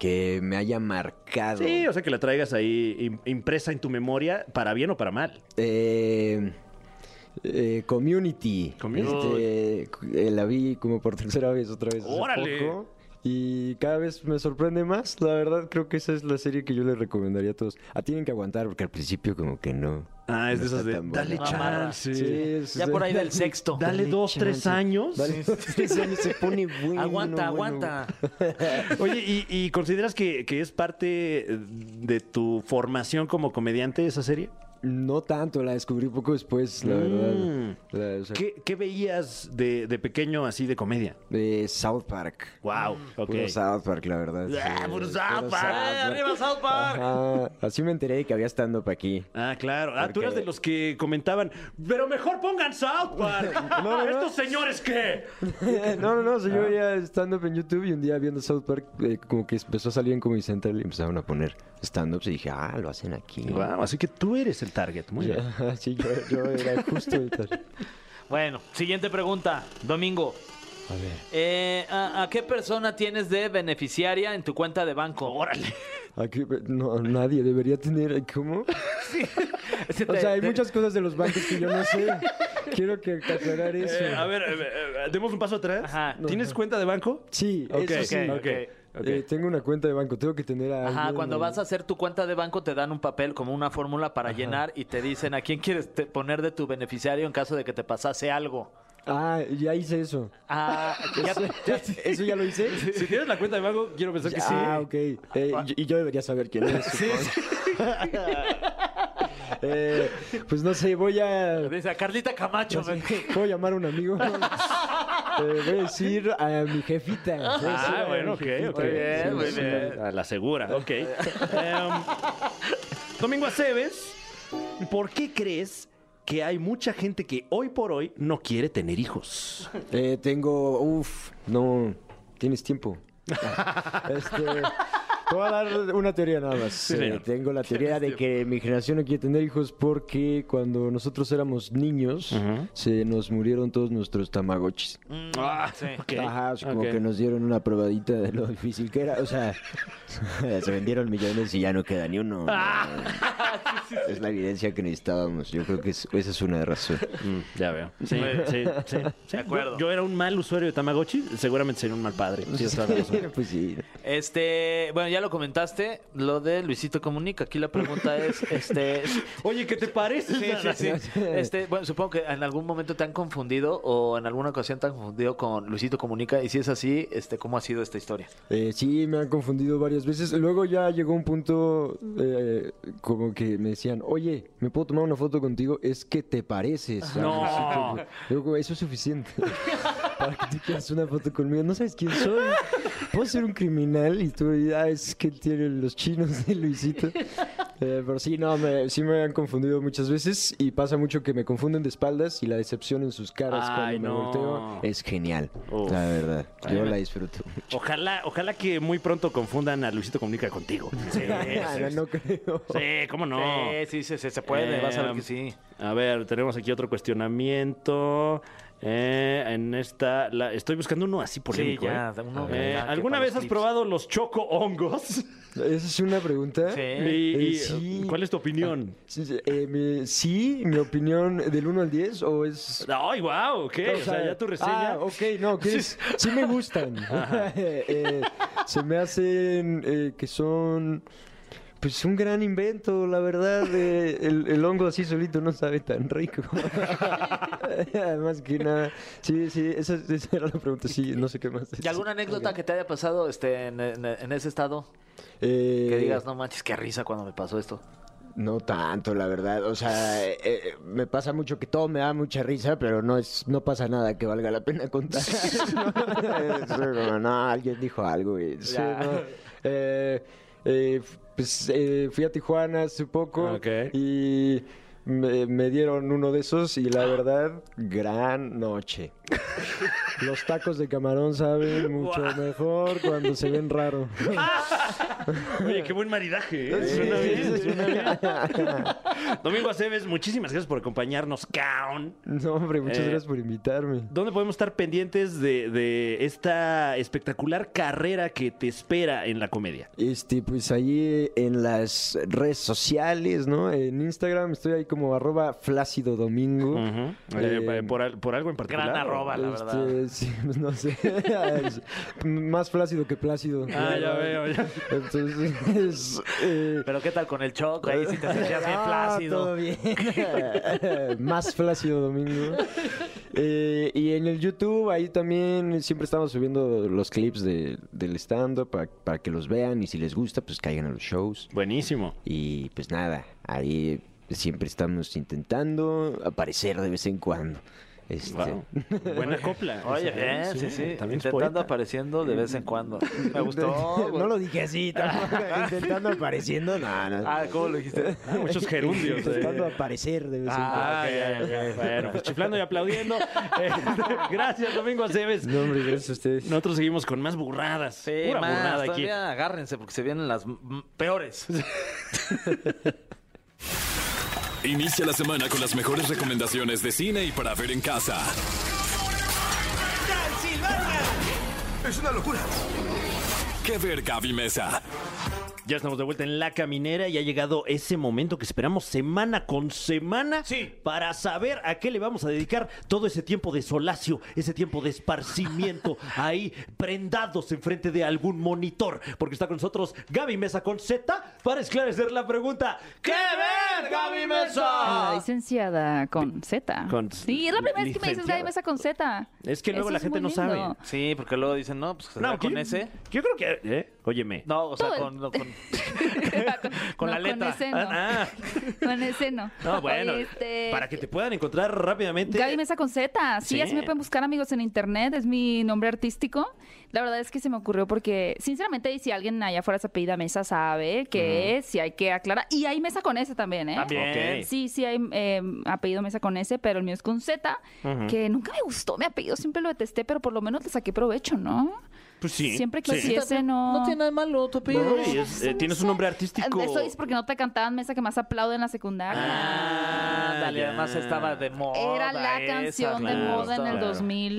S9: Que me haya marcado.
S4: Sí, o sea, que la traigas ahí im- impresa en tu memoria, para bien o para mal.
S9: Eh, eh, community.
S4: Community.
S9: Este, cu- eh, la vi como por tercera vez otra vez. hace
S4: ¡Órale!
S9: poco, y cada vez me sorprende más. La verdad, creo que esa es la serie que yo le recomendaría a todos. Ah, tienen que aguantar porque al principio, como que no.
S4: Ah, es de
S9: no
S4: esas
S9: está
S4: de.
S9: tan buena". Ah,
S4: Dale
S3: Amarra.
S4: chance.
S9: Sí, es-
S3: Ya por ahí del sexto.
S4: Dale dos, tres
S9: chance.
S4: años.
S9: Dale, tres años se pone bueno.
S3: Aguanta,
S9: bueno.
S3: aguanta.
S4: Oye, ¿y, y consideras que, que es parte de tu formación como comediante esa serie?
S9: No tanto, la descubrí poco después, la
S4: Mm.
S9: verdad. La- o sea,
S4: ¿Qué, qué veías de, de pequeño así de comedia?
S9: de South Park.
S4: Wow, ok.
S9: Puro South Park, la verdad.
S4: Ah,
S9: sí, puro
S4: puro South Park.
S3: ¡Arriba South Park!
S9: Ajá, Así me enteré de que había stand-up aquí.
S4: Ah, claro. Ah, tú
S9: Porque-
S4: eras de los que comentaban, pero mejor pongan South Park.
S9: no, no.
S4: ¿Estos señores qué?
S9: No, no, no, o sea, yo veía stand-up en YouTube y un día viendo South Park, eh, como que empezó a salir en Comedy Central y empezaron a poner stand-ups y dije, ah, lo hacen aquí.
S4: Wow, así que tú eres el target. Muy
S9: Ya,
S4: bien.
S9: sí, yo, yo era justo el tal.
S3: Bueno, siguiente pregunta. Domingo.
S9: A ver.
S3: Eh, ¿a, a qué persona tienes de beneficiaria en tu cuenta de banco? Órale.
S9: Aquí, eh, no, nadie debería tener. eh, ¿Cómo? O sea, hay muchas cosas de los bancos que yo no sé. Quiero que aclarar eso.
S4: Eh, a ver, eh, eh, eh, demos un paso atrás.
S3: Ajá.
S4: ¿Tienes cuenta de banco?
S9: Sí,
S4: Ok,
S9: eso sí.
S4: ok, ok.
S9: Eh, tengo una cuenta de banco, tengo que tener a.
S3: Ajá,
S9: alguien
S3: cuando
S9: ahí.
S3: vas a hacer tu cuenta de banco te dan un papel como una fórmula para llenar y te dicen a quién quieres te- poner de tu beneficiario en caso de que te pasase algo.
S9: Ah, ya hice eso.
S3: Ah, ya-
S9: ¿Eso ya lo hice?
S4: Si tienes la cuenta de banco, quiero pensar que sí.
S9: Ah, ok. Eh, y- y yo debería saber quién es. supongo. Eh, pues no sé, voy a.
S3: dice a Carlita Camacho.
S9: no sé,
S3: me-
S9: ¿Puedo llamar a un amigo? Eh, voy a decir a mi jefita. Voy a decir
S4: Ah,
S9: a
S4: bueno,
S9: mi
S4: ok,
S9: jefita.
S4: ok.
S3: Muy bien,
S9: Sí,
S3: muy
S9: sí,
S3: bien.
S4: A Ah, la segura, ok. Em, Domingo Aceves, ¿por qué crees que hay mucha gente que hoy por hoy no quiere tener hijos?
S9: Eh, tengo. Uf, no. Tienes tiempo. este. Te voy a dar una teoría nada más. Eh,
S4: señor.
S9: tengo la teoría de que mi generación no quiere tener hijos porque cuando nosotros éramos niños se nos murieron todos nuestros tamagotchis.
S4: Ah,
S3: Mm, sí.
S4: ok,
S9: Ajá, o sea, como
S4: ok.
S9: que nos dieron una probadita de lo difícil que era. O sea, se vendieron millones y ya no queda ni uno. Es la evidencia que necesitábamos. Yo creo que es- esa es una razón.
S4: Mm, ya veo. Sí, sí, sí. sí.
S3: acuerdo.
S4: Yo, yo era un mal usuario de Tamagotchi, seguramente sería un mal padre. Sí, es toda la razón.
S9: pues sí.
S3: Este, bueno, ya lo comentaste, lo de Luisito Comunica. Aquí la pregunta es, este,
S4: Oye, ¿qué te parece?
S3: Sí, sí, sí. Este, bueno, supongo que en algún momento te han confundido o en alguna ocasión te han confundido con Luisito Comunica y si es así, este, ¿cómo ha sido esta historia?
S9: Eh, sí, me han confundido varias veces. Luego ya llegó un punto eh, como que me decían, oye, ¿me puedo tomar una foto contigo? Es que te pareces. a
S4: No.
S9: Luisito Comunica". Yo como, eso es suficiente. Para que tú quieras una foto conmigo. No sabes quién soy. Puedo ser un criminal y tú, ah, es que tienen los chinos de Luisito. Eh, pero sí, no, me, sí me han confundido muchas veces y pasa mucho que me confunden de espaldas y la decepción en sus caras
S4: Ay,
S9: cuando
S4: no.
S9: me volteo es genial.
S4: Uf.
S9: La verdad,
S4: Ay,
S9: yo
S4: me-
S9: la disfruto mucho.
S4: Ojalá, ojalá que muy pronto confundan a Luisito Comunica contigo. Sí,
S9: Ah,
S4: sí,
S9: no, no creo.
S4: sí, cómo no.
S3: Sí, sí, sí, se puede, vas a ver
S4: Em,
S9: Eh,
S3: que sí.
S4: A ver, tenemos aquí otro cuestionamiento. Eh, en esta, la- estoy buscando uno así polémico.
S3: ya,
S4: ¿eh?
S3: de uno,
S4: Eh,
S3: ¿verdad? que
S4: ¿Alguna
S3: para
S4: vez
S3: los
S4: has
S3: clips.
S4: probado los choco hongos?
S9: Esa es una pregunta.
S4: Y,
S3: Sí.
S4: y, uh,
S9: Eh, sí.
S4: ¿Cuál es tu opinión?
S9: Sí, sí, eh, mi, sí, mi opinión del 1 al 10 o es...
S4: Ay, wow, ¿qué?
S9: o
S4: Ah, O sea, ya tu reseña.
S9: Ah, ok, no, que es- sí me gustan. Eh, se me hacen eh, que son... Pues un gran invento, la verdad. eh, el, el hongo así solito no sabe tan rico. Además que nada. Sí, sí, esa, esa era la pregunta. Sí, no sé qué más.
S3: ¿Y alguna anécdota que te haya pasado este, en, en- en ese estado?
S9: Eh,
S3: Que digas, no manches, qué risa cuando me pasó esto.
S9: No tanto, la verdad. O sea, eh, eh, me pasa mucho que todo me da mucha risa, pero no es, no pasa nada que valga la pena contar. no, es como, no, alguien dijo algo. y- sí,
S3: Ya.
S9: no. Eh, eh, f- pues, eh, fui a Tijuana hace poco
S4: Ok.
S9: y me, me dieron uno de esos y la verdad, gran noche. Los tacos de camarón saben mucho mejor cuando se ven raro.
S4: Oye, qué buen maridaje. ¿eh?
S9: Sí,
S4: Ah, Suena bien,
S9: sí,
S4: suena bien. Domingo Aceves, muchísimas gracias por acompañarnos, Caon.
S9: No, hombre, muchas
S4: Eh,
S9: gracias por invitarme.
S4: ¿Dónde podemos estar pendientes de, de esta espectacular carrera que te espera en la comedia?
S9: Este, pues ahí en las redes sociales, ¿no? En Instagram estoy ahí como arroba flácido domingo. Este,
S4: Eh,
S9: Eh,
S4: por, al- por algo en particular.
S3: gran arroba, la
S9: Este,
S3: verdad.
S9: sí, pues, no sé. Es más flácido que plácido.
S4: Ah, ya veo, ya.
S9: Entonces, es, eh,
S3: Pero ¿qué tal con el choco? Ahí sí te sentías bien
S9: Ah, todo
S3: plácido.
S9: bien. Más flácido domingo. Eh, y en el YouTube, ahí también siempre estamos subiendo los clips de- del stand-up para, para que los vean y si les gusta, pues caigan a los shows.
S4: Buenísimo.
S9: Y pues nada, ahí siempre estamos intentando aparecer de vez en cuando. Este,
S4: Wow. Buena copla.
S3: Oye, bien, sí, sí.
S4: También es
S3: Intentando
S4: poeta.
S3: apareciendo de vez en cuando. Me gustó. güey.
S9: no lo dije así, tampoco. intentando apareciendo, no, no.
S3: Ah, ¿cómo lo dijiste?
S4: Ah, Muchos gerundios. eh.
S9: intentando aparecer de vez en cuando.
S4: Ah, ya, ya, ya. Bueno, pues chiflando y aplaudiendo. Eh, gracias, Domingo Aceves.
S9: No, hombre, gracias a ustedes.
S4: Nosotros seguimos con más burradas.
S3: Sí,
S4: pura
S3: más,
S4: burrada aquí.
S3: todavía agárrense porque se vienen las mm, peores.
S1: Inicia la semana con las mejores recomendaciones de cine y para ver en casa.
S10: Es una locura.
S1: ¿Qué ver, Gaby Mesa?
S4: Ya estamos de vuelta en La Caminera y ha llegado ese momento que esperamos semana con semana
S10: Sí.
S4: para saber a qué le vamos a dedicar todo ese tiempo de solacio, ese tiempo de esparcimiento, ahí prendados enfrente de algún monitor, porque está con nosotros Gaby Mesa con Z para esclarecer la pregunta. ¿Qué ver, Gaby
S11: Ah,
S4: Mesa?
S11: licenciada con Z.
S4: Con-
S11: Sí, es la primera vez que me dices
S4: licenciada. Ah,
S11: Gaby Mesa con Z.
S4: Es que luego
S11: Eso
S4: la
S11: es
S4: gente
S11: muy
S4: no sabe.
S11: lindo.
S3: Sí, porque luego dicen, no, pues ¿será
S4: yo-
S3: con ese.
S4: Yo creo que... ¿eh? Óyeme.
S3: No, o sea,
S11: Todo el-
S3: con, con- Con
S11: No,
S3: la letra.
S11: Con ese no.
S4: Ah,
S11: Con ese no.
S4: no, bueno.
S11: Oye, este,
S4: Para que te puedan encontrar rápidamente.
S11: Gaby Mesa con Z. Sí,
S4: Sí.
S11: así me pueden buscar amigos en internet. Es mi nombre artístico. La verdad es que se me ocurrió porque, sinceramente, si alguien allá afuera se apellida Mesa, sabe que es, si hay que aclarar. Y hay Mesa con S también, ¿eh?
S3: También.
S4: Ok.
S11: Sí, sí, hay eh, apellido Mesa con S, pero el mío es con Z, que nunca me gustó mi apellido, siempre lo detesté, pero por lo menos le saqué provecho, ¿no?
S4: Pues sí.
S11: Siempre que
S4: sí.
S11: sí. ese no-
S3: tiene nada de malo tu apellido.
S4: No, y es- eh, tienes un nombre artístico.
S11: Eso es porque no te cantaban Mesa que más aplaude en la secundaria.
S3: Ah, dale,
S4: ya.
S3: además estaba de moda.
S11: Era la
S3: esa,
S11: canción de
S4: claro,
S11: moda en el
S4: Ah, claro.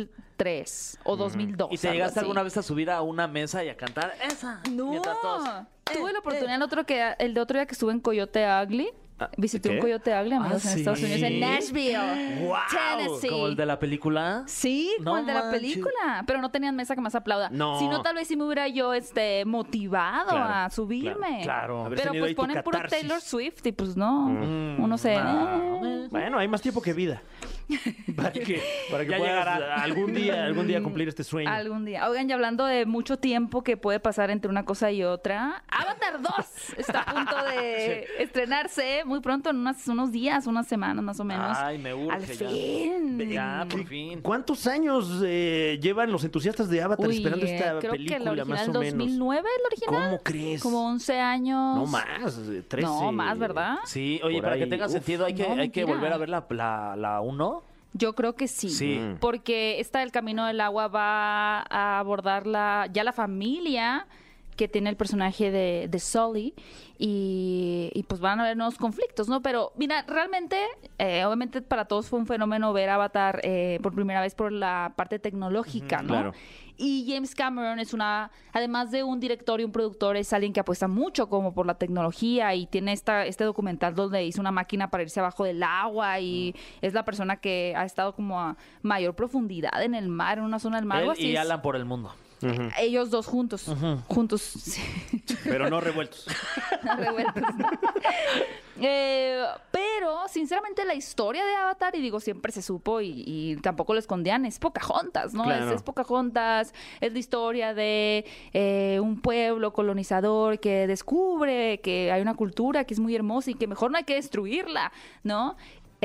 S11: 2003 o 2002.
S3: ¿Y te
S11: algo
S3: llegaste
S11: así.
S3: alguna vez a subir a una mesa y a cantar esa?
S11: No.
S3: Mientras todos- Eh,
S11: Tuve la oportunidad el otro que el de otro día que estuve en Coyote Ugly. Visité
S4: ¿qué?
S11: un Coyote Ugly, amigos, en
S3: Ah, sí.
S11: Estados Unidos, en Nashville,
S3: ¡Wow!
S11: Tennessee.
S3: Como el de la película.
S11: Sí,
S3: No
S11: como el de la
S3: manches.
S11: película. Pero no tenían mesa que más aplauda.
S4: No.
S11: Si no, tal vez sí me hubiera yo este, motivado
S4: Claro,
S11: a subirme.
S3: claro.
S4: Haber
S11: Pero
S4: tenido ahí
S11: pues
S4: tu
S11: ponen puro
S4: catarsis.
S11: Taylor Swift y pues no.
S3: Mm.
S11: Uno se. eh.
S4: Bueno, hay más tiempo que vida. Para que, para que
S3: Ya
S4: puedas
S3: llegará.
S4: algún día, algún día cumplir este sueño.
S11: Algún día. Oigan, y hablando de mucho tiempo que puede pasar entre una cosa y otra, Avatar 2 está a punto de estrenarse muy pronto, en unas- unos días, unas semanas más o menos.
S3: Ay, me urge
S11: Al
S3: ya.
S11: fin.
S3: Ya, por
S4: ¿Qué-
S3: fin.
S4: ¿Cuántos años eh, llevan los entusiastas de Avatar
S11: Uy,
S4: esperando
S11: eh,
S4: esta
S11: creo
S4: película,
S11: que la original,
S4: más o menos?
S11: 2009 es la original.
S4: ¿Cómo crees?
S11: Como 11 años.
S4: No más, eh, 13.
S11: No, más, ¿verdad?
S3: Sí, oye,
S4: Por
S3: para que
S4: ahí,
S3: tenga
S4: uf,
S3: sentido, hay que,
S11: ¿Ah? no,
S3: hay que
S11: mentira.
S3: volver a ver la 1. La, la uno.
S11: Yo creo que sí.
S3: Sí.
S11: Porque esta del Camino del Agua va a abordarla ya la familia que tiene el personaje de, de Sully y, y, pues van a haber nuevos conflictos, ¿no? Pero mira, realmente, eh, obviamente para todos fue un fenómeno ver Avatar eh, por primera vez por la parte tecnológica,
S4: Ujú,
S11: ¿no?
S4: claro.
S11: Y James Cameron es una, además de un director y un productor, es alguien que apuesta mucho como por la tecnología y tiene esta, este documental donde hizo una máquina para irse abajo del agua y es la persona que ha estado como a mayor profundidad en el mar, en una zona del mar. algo
S3: Él
S11: así
S3: y
S11: es-
S3: Alan por el mundo.
S11: Ellos dos juntos, juntos, sí,
S4: Pero no revueltos.
S11: no revueltos, ¿no? Eh, pero, sinceramente, la historia de Avatar, y digo, siempre se supo y, y tampoco lo escondían, es Pocahontas, ¿no?
S4: Claro.
S11: Es, es Pocahontas, es la historia de eh, un pueblo colonizador que descubre que hay una cultura que es muy hermosa y que mejor no hay que destruirla, ¿no?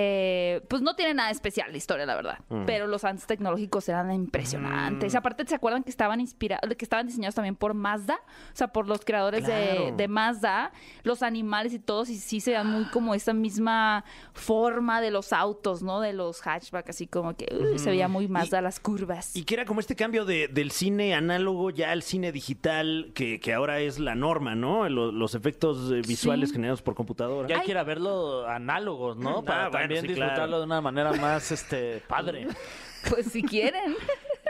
S11: Eh, pues no tiene nada especial la historia, la verdad. Pero los avances tecnológicos eran impresionantes. Aparte, ¿se acuerdan que estaban inspirados, que estaban diseñados también por Mazda? O sea, por los creadores de,
S4: Claro.
S11: de Mazda, los animales y todos, y sí se dan muy como esta misma forma de los autos, ¿no? De los hatchback, así como que uy, se veía muy Mazda las curvas.
S4: Y que era como este cambio de- del cine análogo ya al cine digital, que, que ahora es la norma, ¿no? Lo- Los, efectos eh, visuales
S11: Sí.
S4: generados por computadora.
S3: Ya quiera verlo análogos, ¿no?
S4: Ah,
S3: Para
S4: bueno,
S3: también
S4: sí,
S3: disfrutarlo
S4: claro.
S3: de una manera más este padre.
S11: Pues si quieren.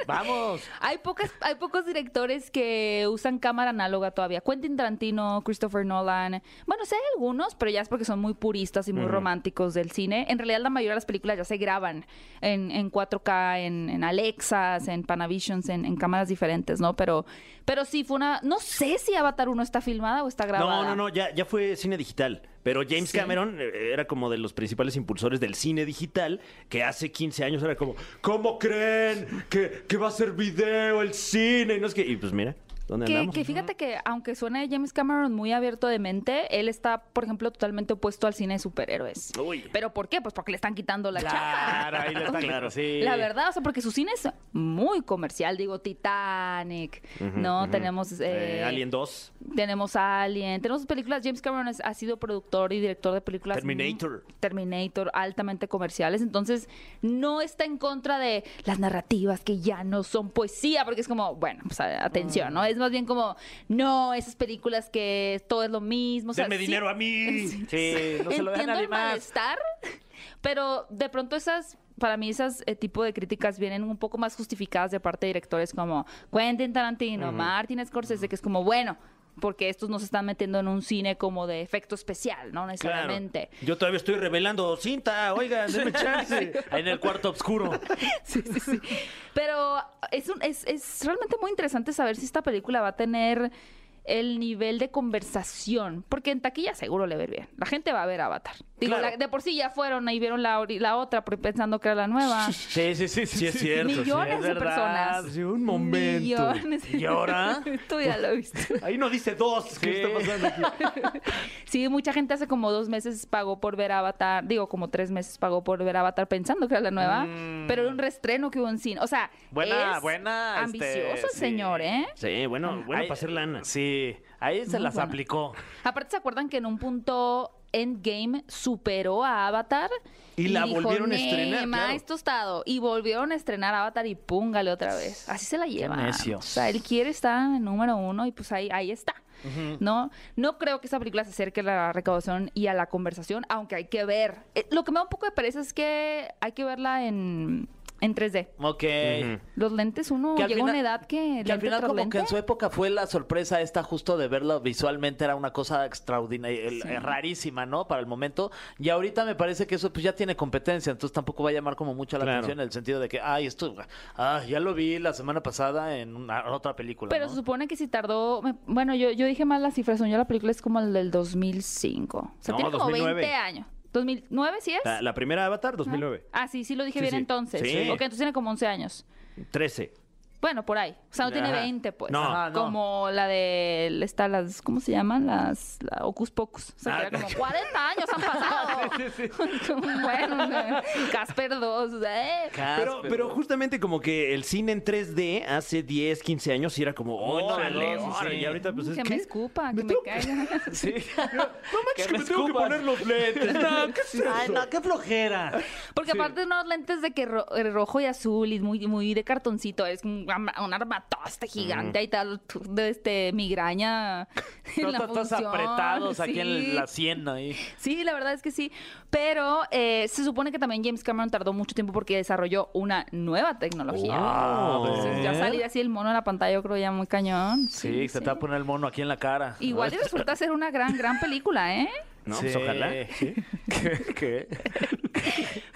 S3: Vamos.
S11: Hay, pocas, hay pocos directores que usan cámara análoga todavía. Quentin Tarantino, Christopher Nolan. Bueno, sé algunos, pero ya es porque son muy puristas y muy románticos del cine. En realidad, la mayoría de las películas ya se graban en, en 4K, en, en Alexas, en Panavisions, en, en cámaras diferentes, ¿no? Pero, pero sí fue una. No sé si Avatar 1 está filmada o está grabada.
S4: No, no, no, ya, ya fue cine digital. Pero James
S11: Sí.
S4: Cameron eh, era como de los principales impulsores del cine digital, que hace 15 años era como, ¿cómo creen que, que va a ser video el cine? Y, no es que, y pues mira, ¿dónde
S11: Que,
S4: andamos?
S11: que fíjate que aunque suene James Cameron muy abierto de mente, él está, por ejemplo, totalmente opuesto al cine de superhéroes.
S4: Uy.
S11: ¿Pero por qué? Pues porque le están quitando la chapa.
S3: Claro, ahí le está claro, sí.
S11: La verdad, o sea, porque su cine es muy comercial, digo, Titanic, ¿no? Tenemos...
S4: Eh,
S11: eh,
S4: Alien 2,
S11: Tenemos Alien, tenemos películas, James Cameron es- ha sido productor y director de películas...
S4: Terminator.
S11: mm, Terminator, altamente comerciales, entonces no está en contra de las narrativas que ya no son poesía, porque es como, bueno, pues a- atención, ¿no? Es más bien como, no, esas películas que todo es lo mismo. o sea,
S4: denme
S11: sí-
S4: dinero a mí.
S3: Sí, no se
S11: Entiendo
S3: lo dejan a
S11: el
S3: nadie más.
S11: malestar, pero de pronto esas, para mí esas eh, tipo de críticas vienen un poco más justificadas de parte de directores como Quentin Tarantino, Martin Scorsese, que es como, bueno, porque estos nos están metiendo en un cine como de efecto especial, no
S4: Claro.
S11: necesariamente.
S4: Yo todavía estoy revelando cinta, oigan, denme chance.
S3: Ahí en el cuarto oscuro.
S11: Sí, sí, sí. Pero es, un- es, es realmente muy interesante saber si esta película va a tener el nivel de conversación, porque en taquilla seguro le ver bien. La gente va a ver Avatar. Digo,
S4: Claro.
S11: la- de por sí ya fueron y vieron la, ori- la otra pre- pensando que era la nueva.
S3: Sí, sí, sí, sí.
S4: Sí, es cierto.
S11: Millones
S3: es
S11: de
S3: verdad.
S11: personas.
S4: Sí, un momento.
S11: Millones.
S3: ¿Y ahora?
S11: Tú ya lo viste.
S4: Ahí no dice dos. ¿Qué
S3: Sí.
S4: está pasando aquí?
S11: Sí, mucha gente hace como dos meses pagó por ver Avatar, digo, como tres meses pagó por ver Avatar pensando que era la nueva, pero era un restreno que hubo en cine. O sea,
S3: Mm. Buena,
S11: es
S3: buena. este,
S11: ambicioso el
S3: sí.
S11: señor, ¿eh?
S4: Sí, bueno, bueno,
S3: Ahí-
S4: para hacer lana.
S3: Sí, ahí se
S11: Muy
S3: las
S11: buena.
S3: aplicó.
S11: Aparte, ¿se acuerdan que en un punto Endgame superó a Avatar?
S4: Y la volvieron a
S11: "Nee,
S4: estrenar,
S11: maíz
S4: claro.
S11: tostado. Y volvieron a estrenar Avatar y púngale otra vez. Así se la lleva.
S3: necio.
S11: O sea, él quiere estar en número uno y pues ahí, ahí está.
S4: Mm.
S11: No, no creo que esa película se acerque a la recaudación y a la conversación, aunque hay que ver. Eh, lo que me da un poco de pereza es que hay que verla en, en 3D.
S3: Ok.
S11: Los lentes, uno
S3: Que al
S11: llega a una
S3: final-
S11: edad que,
S3: Que al
S11: lente
S3: final
S11: tras
S3: como
S11: lente.
S3: que en su época fue la sorpresa esta justo de verlo visualmente era una cosa extraordinaria, el-
S11: Sí.
S3: eh, rarísima, ¿no? Para el momento. Y ahorita me parece que eso pues ya tiene competencia, entonces tampoco va a llamar como mucho la
S4: Claro.
S3: atención en el sentido de que, ay, esto, ah, ya lo vi la semana pasada en una, en otra película.
S11: Pero
S3: ¿no?
S11: se supone que si tardó. me- bueno, yo, yo dije mal las cifras, según yo la película es como el del 2005. O sea,
S4: No,
S11: tiene como
S4: 2009.
S11: 20 años. ¿2009 sí es?
S4: La, la primera Avatar, 2009.
S11: Ah, sí, sí lo dije
S4: Sí,
S11: bien
S4: sí.
S11: entonces.
S4: Sí.
S11: Ok, entonces tiene como 11 años.
S4: 13.
S11: Bueno, por ahí. O sea, no tiene
S4: Ajá.
S11: 20, pues.
S4: Ah, No.
S3: Ajá, no.
S11: Como la de. Está las, ¿Cómo se llaman? Las la Ocus Pocus. O sea, que
S4: Ah.
S11: era como 40 años han pasado. Como, bueno, o sea, Casper 2. o sea, eh.
S4: Pero, pero justamente como que el cine en 3D hace 10, 15 años y era como, órale,
S3: novedoso,
S4: órale.
S3: sí.
S4: Y ahorita pues es
S11: que
S4: que...
S11: me escupa, que me caiga.
S3: Sí.
S4: No manches, que me tengo que poner los lentes. No, ¿qué es eso?
S3: Ay, no, qué flojera.
S11: Porque aparte unos lentes de que ro- eh, rojo y azul y muy, muy de cartoncito, es como, arma- un armatoste gigante y tal, tu- de este, migraña en la
S3: Todos, todos
S11: función,
S3: apretados aquí
S11: sí.
S3: en la sien ahí.
S11: Sí, la verdad es que sí. Pero eh, se supone que también James Cameron tardó mucho tiempo porque desarrolló una nueva tecnología.
S3: Ah, a
S11: Entonces, ya
S3: ver.
S11: salir así el mono en la pantalla, yo creo ya muy cañón.
S3: Sí, se te va a poner el mono aquí en la cara.
S11: Igual y resulta ser una gran, gran película, ¿eh?
S4: No, pues ojalá.
S3: Sí. ¿Qué? ¿Qué?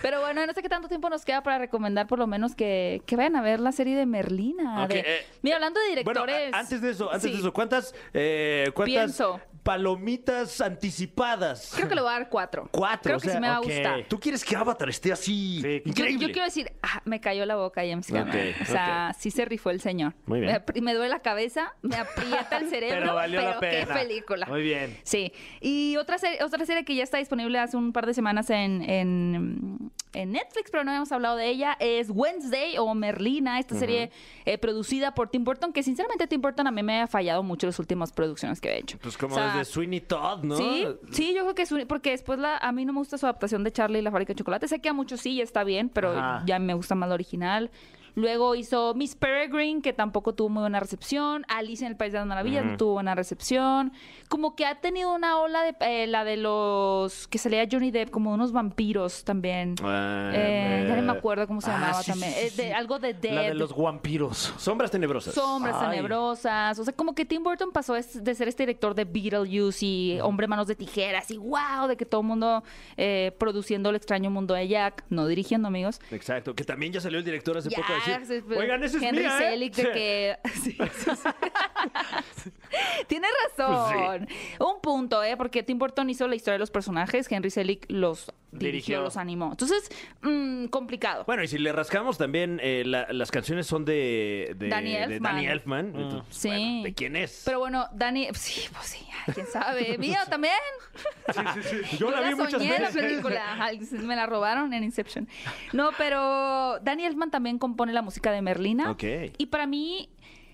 S11: Pero bueno, no sé qué tanto tiempo nos queda para recomendar, por lo menos que, que vayan a ver la serie de Merlina.
S4: Ok,
S11: de-
S4: eh,
S11: Mira, hablando de
S4: Bueno,
S11: directores.
S4: a- antes de eso, antes
S11: Sí.
S4: de eso, ¿cuántas, eh, cuántas
S11: Pienso.
S4: palomitas anticipadas?
S11: Creo que le voy a dar cuatro.
S4: Cuatro,
S11: Creo
S4: o
S11: que
S4: sea,
S11: sí me va
S4: ok.
S11: a gustar.
S2: ¿Tú quieres que Avatar esté así?
S3: Sí.
S11: Yo,
S2: Increíble.
S11: yo quiero decir, ah, me cayó la boca James Cameron.
S4: Ok,
S11: o sea, sí se rifó el señor.
S4: Muy bien.
S11: Me, apri- me duele la cabeza, me aprieta el cerebro,
S3: Pero valió la
S11: qué
S3: pena.
S11: película.
S3: Muy bien.
S11: Sí. Y otra serie, otra serie que ya está disponible hace un par de semanas en, en, en Netflix, pero no habíamos hablado de ella, es Wednesday o Merlina, esta serie eh, producida por Tim Burton, que sinceramente Tim Burton a mí me ha fallado mucho las últimas producciones que he hecho.
S4: Pues como
S11: O sea,
S4: desde Sweeney Todd, ¿no?
S11: Sí, sí, yo creo que es un- porque después la, a mí no me gusta su adaptación de Charlie y la fábrica de chocolate. Sé que a muchos sí, está bien, pero
S3: Ajá.
S11: ya me gusta más la original. Luego hizo Miss Peregrine, que tampoco tuvo muy buena recepción. Alice en el País de las Maravillas no tuvo buena recepción. Como que ha tenido una ola de eh, la de los que salía Johnny Depp, como unos vampiros también. Eh, ya no me acuerdo cómo se
S4: ah,
S11: llamaba
S4: sí,
S11: también.
S4: sí, sí,
S11: Eh, de-
S4: sí.
S11: algo de Dead.
S3: La de los vampiros.
S4: Sombras tenebrosas.
S11: Sombras
S3: Ay.
S11: tenebrosas. O sea, como que Tim Burton pasó es- de ser este director de Beetlejuice y Hombre Manos de Tijeras y wow, de que todo el mundo eh, produciendo El extraño mundo de Jack, no dirigiendo, amigos.
S4: Exacto, que también ya salió el director hace
S11: Ya,
S4: poco a decir,
S11: se- pues,
S4: oigan, ese es
S11: Henry
S4: mía, ¿eh?".
S11: Selick de que... Sí, sí, sí. Tiene razón. Un punto, ¿eh? Porque Tim Burton hizo la historia de los personajes, Henry Selick los dirigió,
S3: Dirigió.
S11: los animó. Entonces, mm, complicado.
S4: Bueno, y si le rascamos también, eh, la- las canciones son de, de-
S11: Danny
S4: de
S11: Elfman.
S4: Danny Elfman. Entonces,
S11: Sí.
S4: bueno, ¿De quién es?
S11: Pero bueno, Dani, sí, pues sí, ay, quién sabe. Mío también.
S4: Yo la vi muchas
S11: soñé
S4: veces.
S11: la película. Ajá, Me la robaron en Inception. No, pero Danny Elfman también compone la música de Merlina.
S4: Ok.
S11: Y para mí,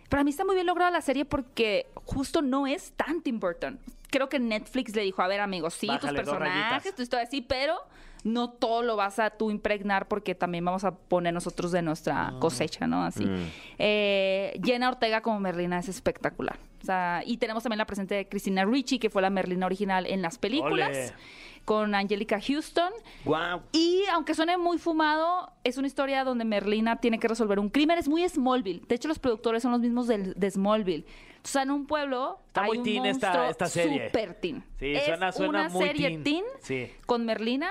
S11: para mí está muy bien lograda la serie porque justo no es tan Tim Burton. Creo que Netflix le dijo, a ver, amigos, sí,
S3: Bájale
S11: tus
S3: dos
S11: personajes,
S3: rayitas.
S11: tu historia así, pero no todo lo vas a tú impregnar porque también vamos a poner nosotros de
S3: Ah.
S11: nuestra cosecha, ¿no? Así. Eh, Jenna Ortega como Merlina es espectacular. O sea, y tenemos también la presente de Cristina Ricci, que fue la Merlina original en las películas,
S3: Ole.
S11: con Angelica Houston.
S4: Guau.
S11: Y aunque suene muy fumado, es una historia donde Merlina tiene que resolver un crimen. Es muy Smallville. De hecho, los productores son los mismos del- de Smallville. O sea, en un pueblo
S3: Está
S11: hay
S3: muy
S11: un
S3: teen esta-
S11: monstruo
S3: esta serie.
S11: super teen.
S3: Sí,
S11: es
S3: suena- suena
S11: una
S3: muy
S11: serie
S3: teen. Sí.
S11: con Merlina.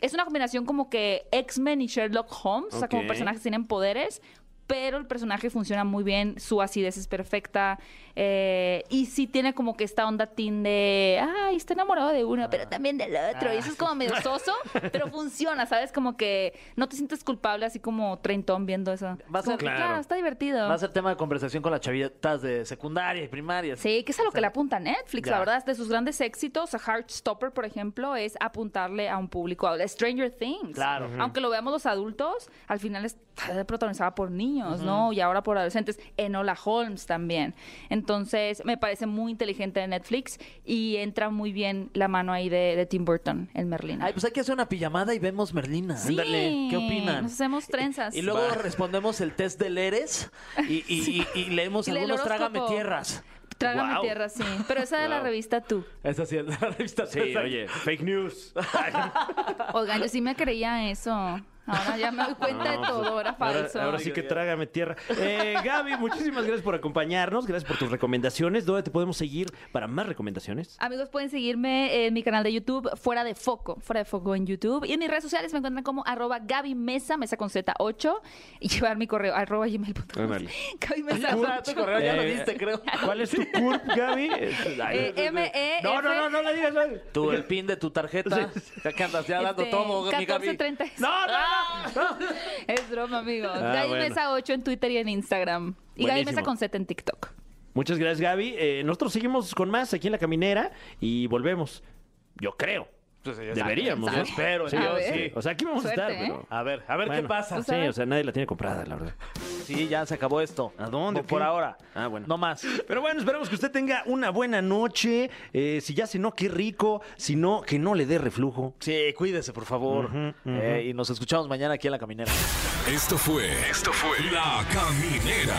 S11: Es una combinación como que X-Men y Sherlock Holmes, o sea, como
S4: Ok.
S11: personajes tienen poderes, pero el personaje funciona muy bien, su acidez es perfecta, eh, y sí tiene como que esta onda teen de, ay, está enamorado de uno,
S3: Ah.
S11: pero también del otro, y eso es como medio soso, pero funciona, ¿sabes? Como que no te sientes culpable así como treintón viendo eso.
S3: Va a
S11: Es como
S3: ser-
S11: que,
S3: Claro.
S11: claro, está divertido.
S3: Va a ser tema de conversación con las chavitas de secundaria y primaria.
S11: Sí, que es a lo que le apunta Netflix,
S3: Ya.
S11: la verdad, es de sus grandes éxitos. A Heartstopper, por ejemplo, es apuntarle a un público. A Stranger Things.
S3: Claro.
S11: Aunque lo veamos los adultos, al final es protagonizada por niños, ¿no? Y ahora por adolescentes. Enola Holmes también. Entonces, me parece muy inteligente de Netflix y entra muy bien la mano ahí de, de Tim Burton, el Merlin.
S3: Ay, pues hay que hacer una pijamada y vemos Merlina.
S11: Sí.
S3: ¿Qué opinan?
S11: Nos hacemos trenzas.
S3: Y luego respondemos el test del Eres y, y- y- y leemos
S11: Y lee el
S3: algunos
S11: horóscopo.
S3: Trágame Tierras.
S11: Trágame
S4: Guau.
S11: tierra, sí. Pero esa de la revista Tú.
S3: Esa sí es la revista.
S4: Sí, oye, fake news.
S11: Oigan, yo sí me creía eso. Ahora ya me doy cuenta
S4: Ah,
S11: de todo, era
S4: Ahora-
S11: falso.
S4: Ahora, sí que trágame tierra. Eh, Gaby, muchísimas gracias por acompañarnos. Gracias por tus recomendaciones. ¿Dónde te podemos seguir para más recomendaciones?
S11: Amigos, pueden seguirme en mi canal de YouTube, Fuera de Foco, Fuera de Foco en YouTube. Y en mis redes sociales me encuentran como arroba Gaby Mesa, Mesa con Z8. Y llevar mi correo arroba gmail.com.
S4: Ándale.
S11: Gaby Mesa
S3: O sea,
S11: 8.
S3: tu correo ya lo
S4: Eh,
S3: diste, creo.
S4: ¿Cuál es tu CURP, Gaby? Ay,
S11: Eh, M, E,
S4: no, no,
S11: F.
S4: no, no la digas. no.
S3: Tú, el pin de tu tarjeta. Ya que andas ya dando
S11: Este,
S3: todo, mi Gaby.
S11: 1430.
S4: No,
S11: Ah.
S4: no, no.
S11: Es broma, amigos.
S4: Ah,
S11: Gaby
S4: bueno.
S11: Mesa 8 en Twitter y en Instagram. Y Gaby
S4: Buenísimo.
S11: Mesa con Z en TikTok.
S4: Muchas gracias, Gaby. Eh, nosotros seguimos con más aquí en La Caminera y volvemos. Yo creo. Deberíamos.
S11: sabe.
S4: ¿no?
S11: Yo
S3: espero,
S4: Sí,
S11: yo
S4: sí.
S11: ver.
S4: O sea, aquí vamos
S11: Suerte,
S4: a estar,
S11: ¿eh?
S4: pero...
S3: A ver, a ver
S4: Bueno,
S3: qué pasa.
S11: Tú sabes.
S4: Sí, o sea, nadie la tiene comprada, la verdad.
S3: sí, ya se acabó esto.
S4: ¿A dónde?
S3: Por- Por
S4: ¿Qué?
S3: ahora.
S4: Ah, bueno.
S3: No más.
S4: Pero bueno, esperamos que usted tenga una buena noche. Eh, si ya cenó, qué rico. Si no, que no le dé reflujo.
S3: Sí, cuídese, por favor. Eh, y nos escuchamos mañana aquí en La Caminera.
S1: Esto fue. Esto fue. La Caminera.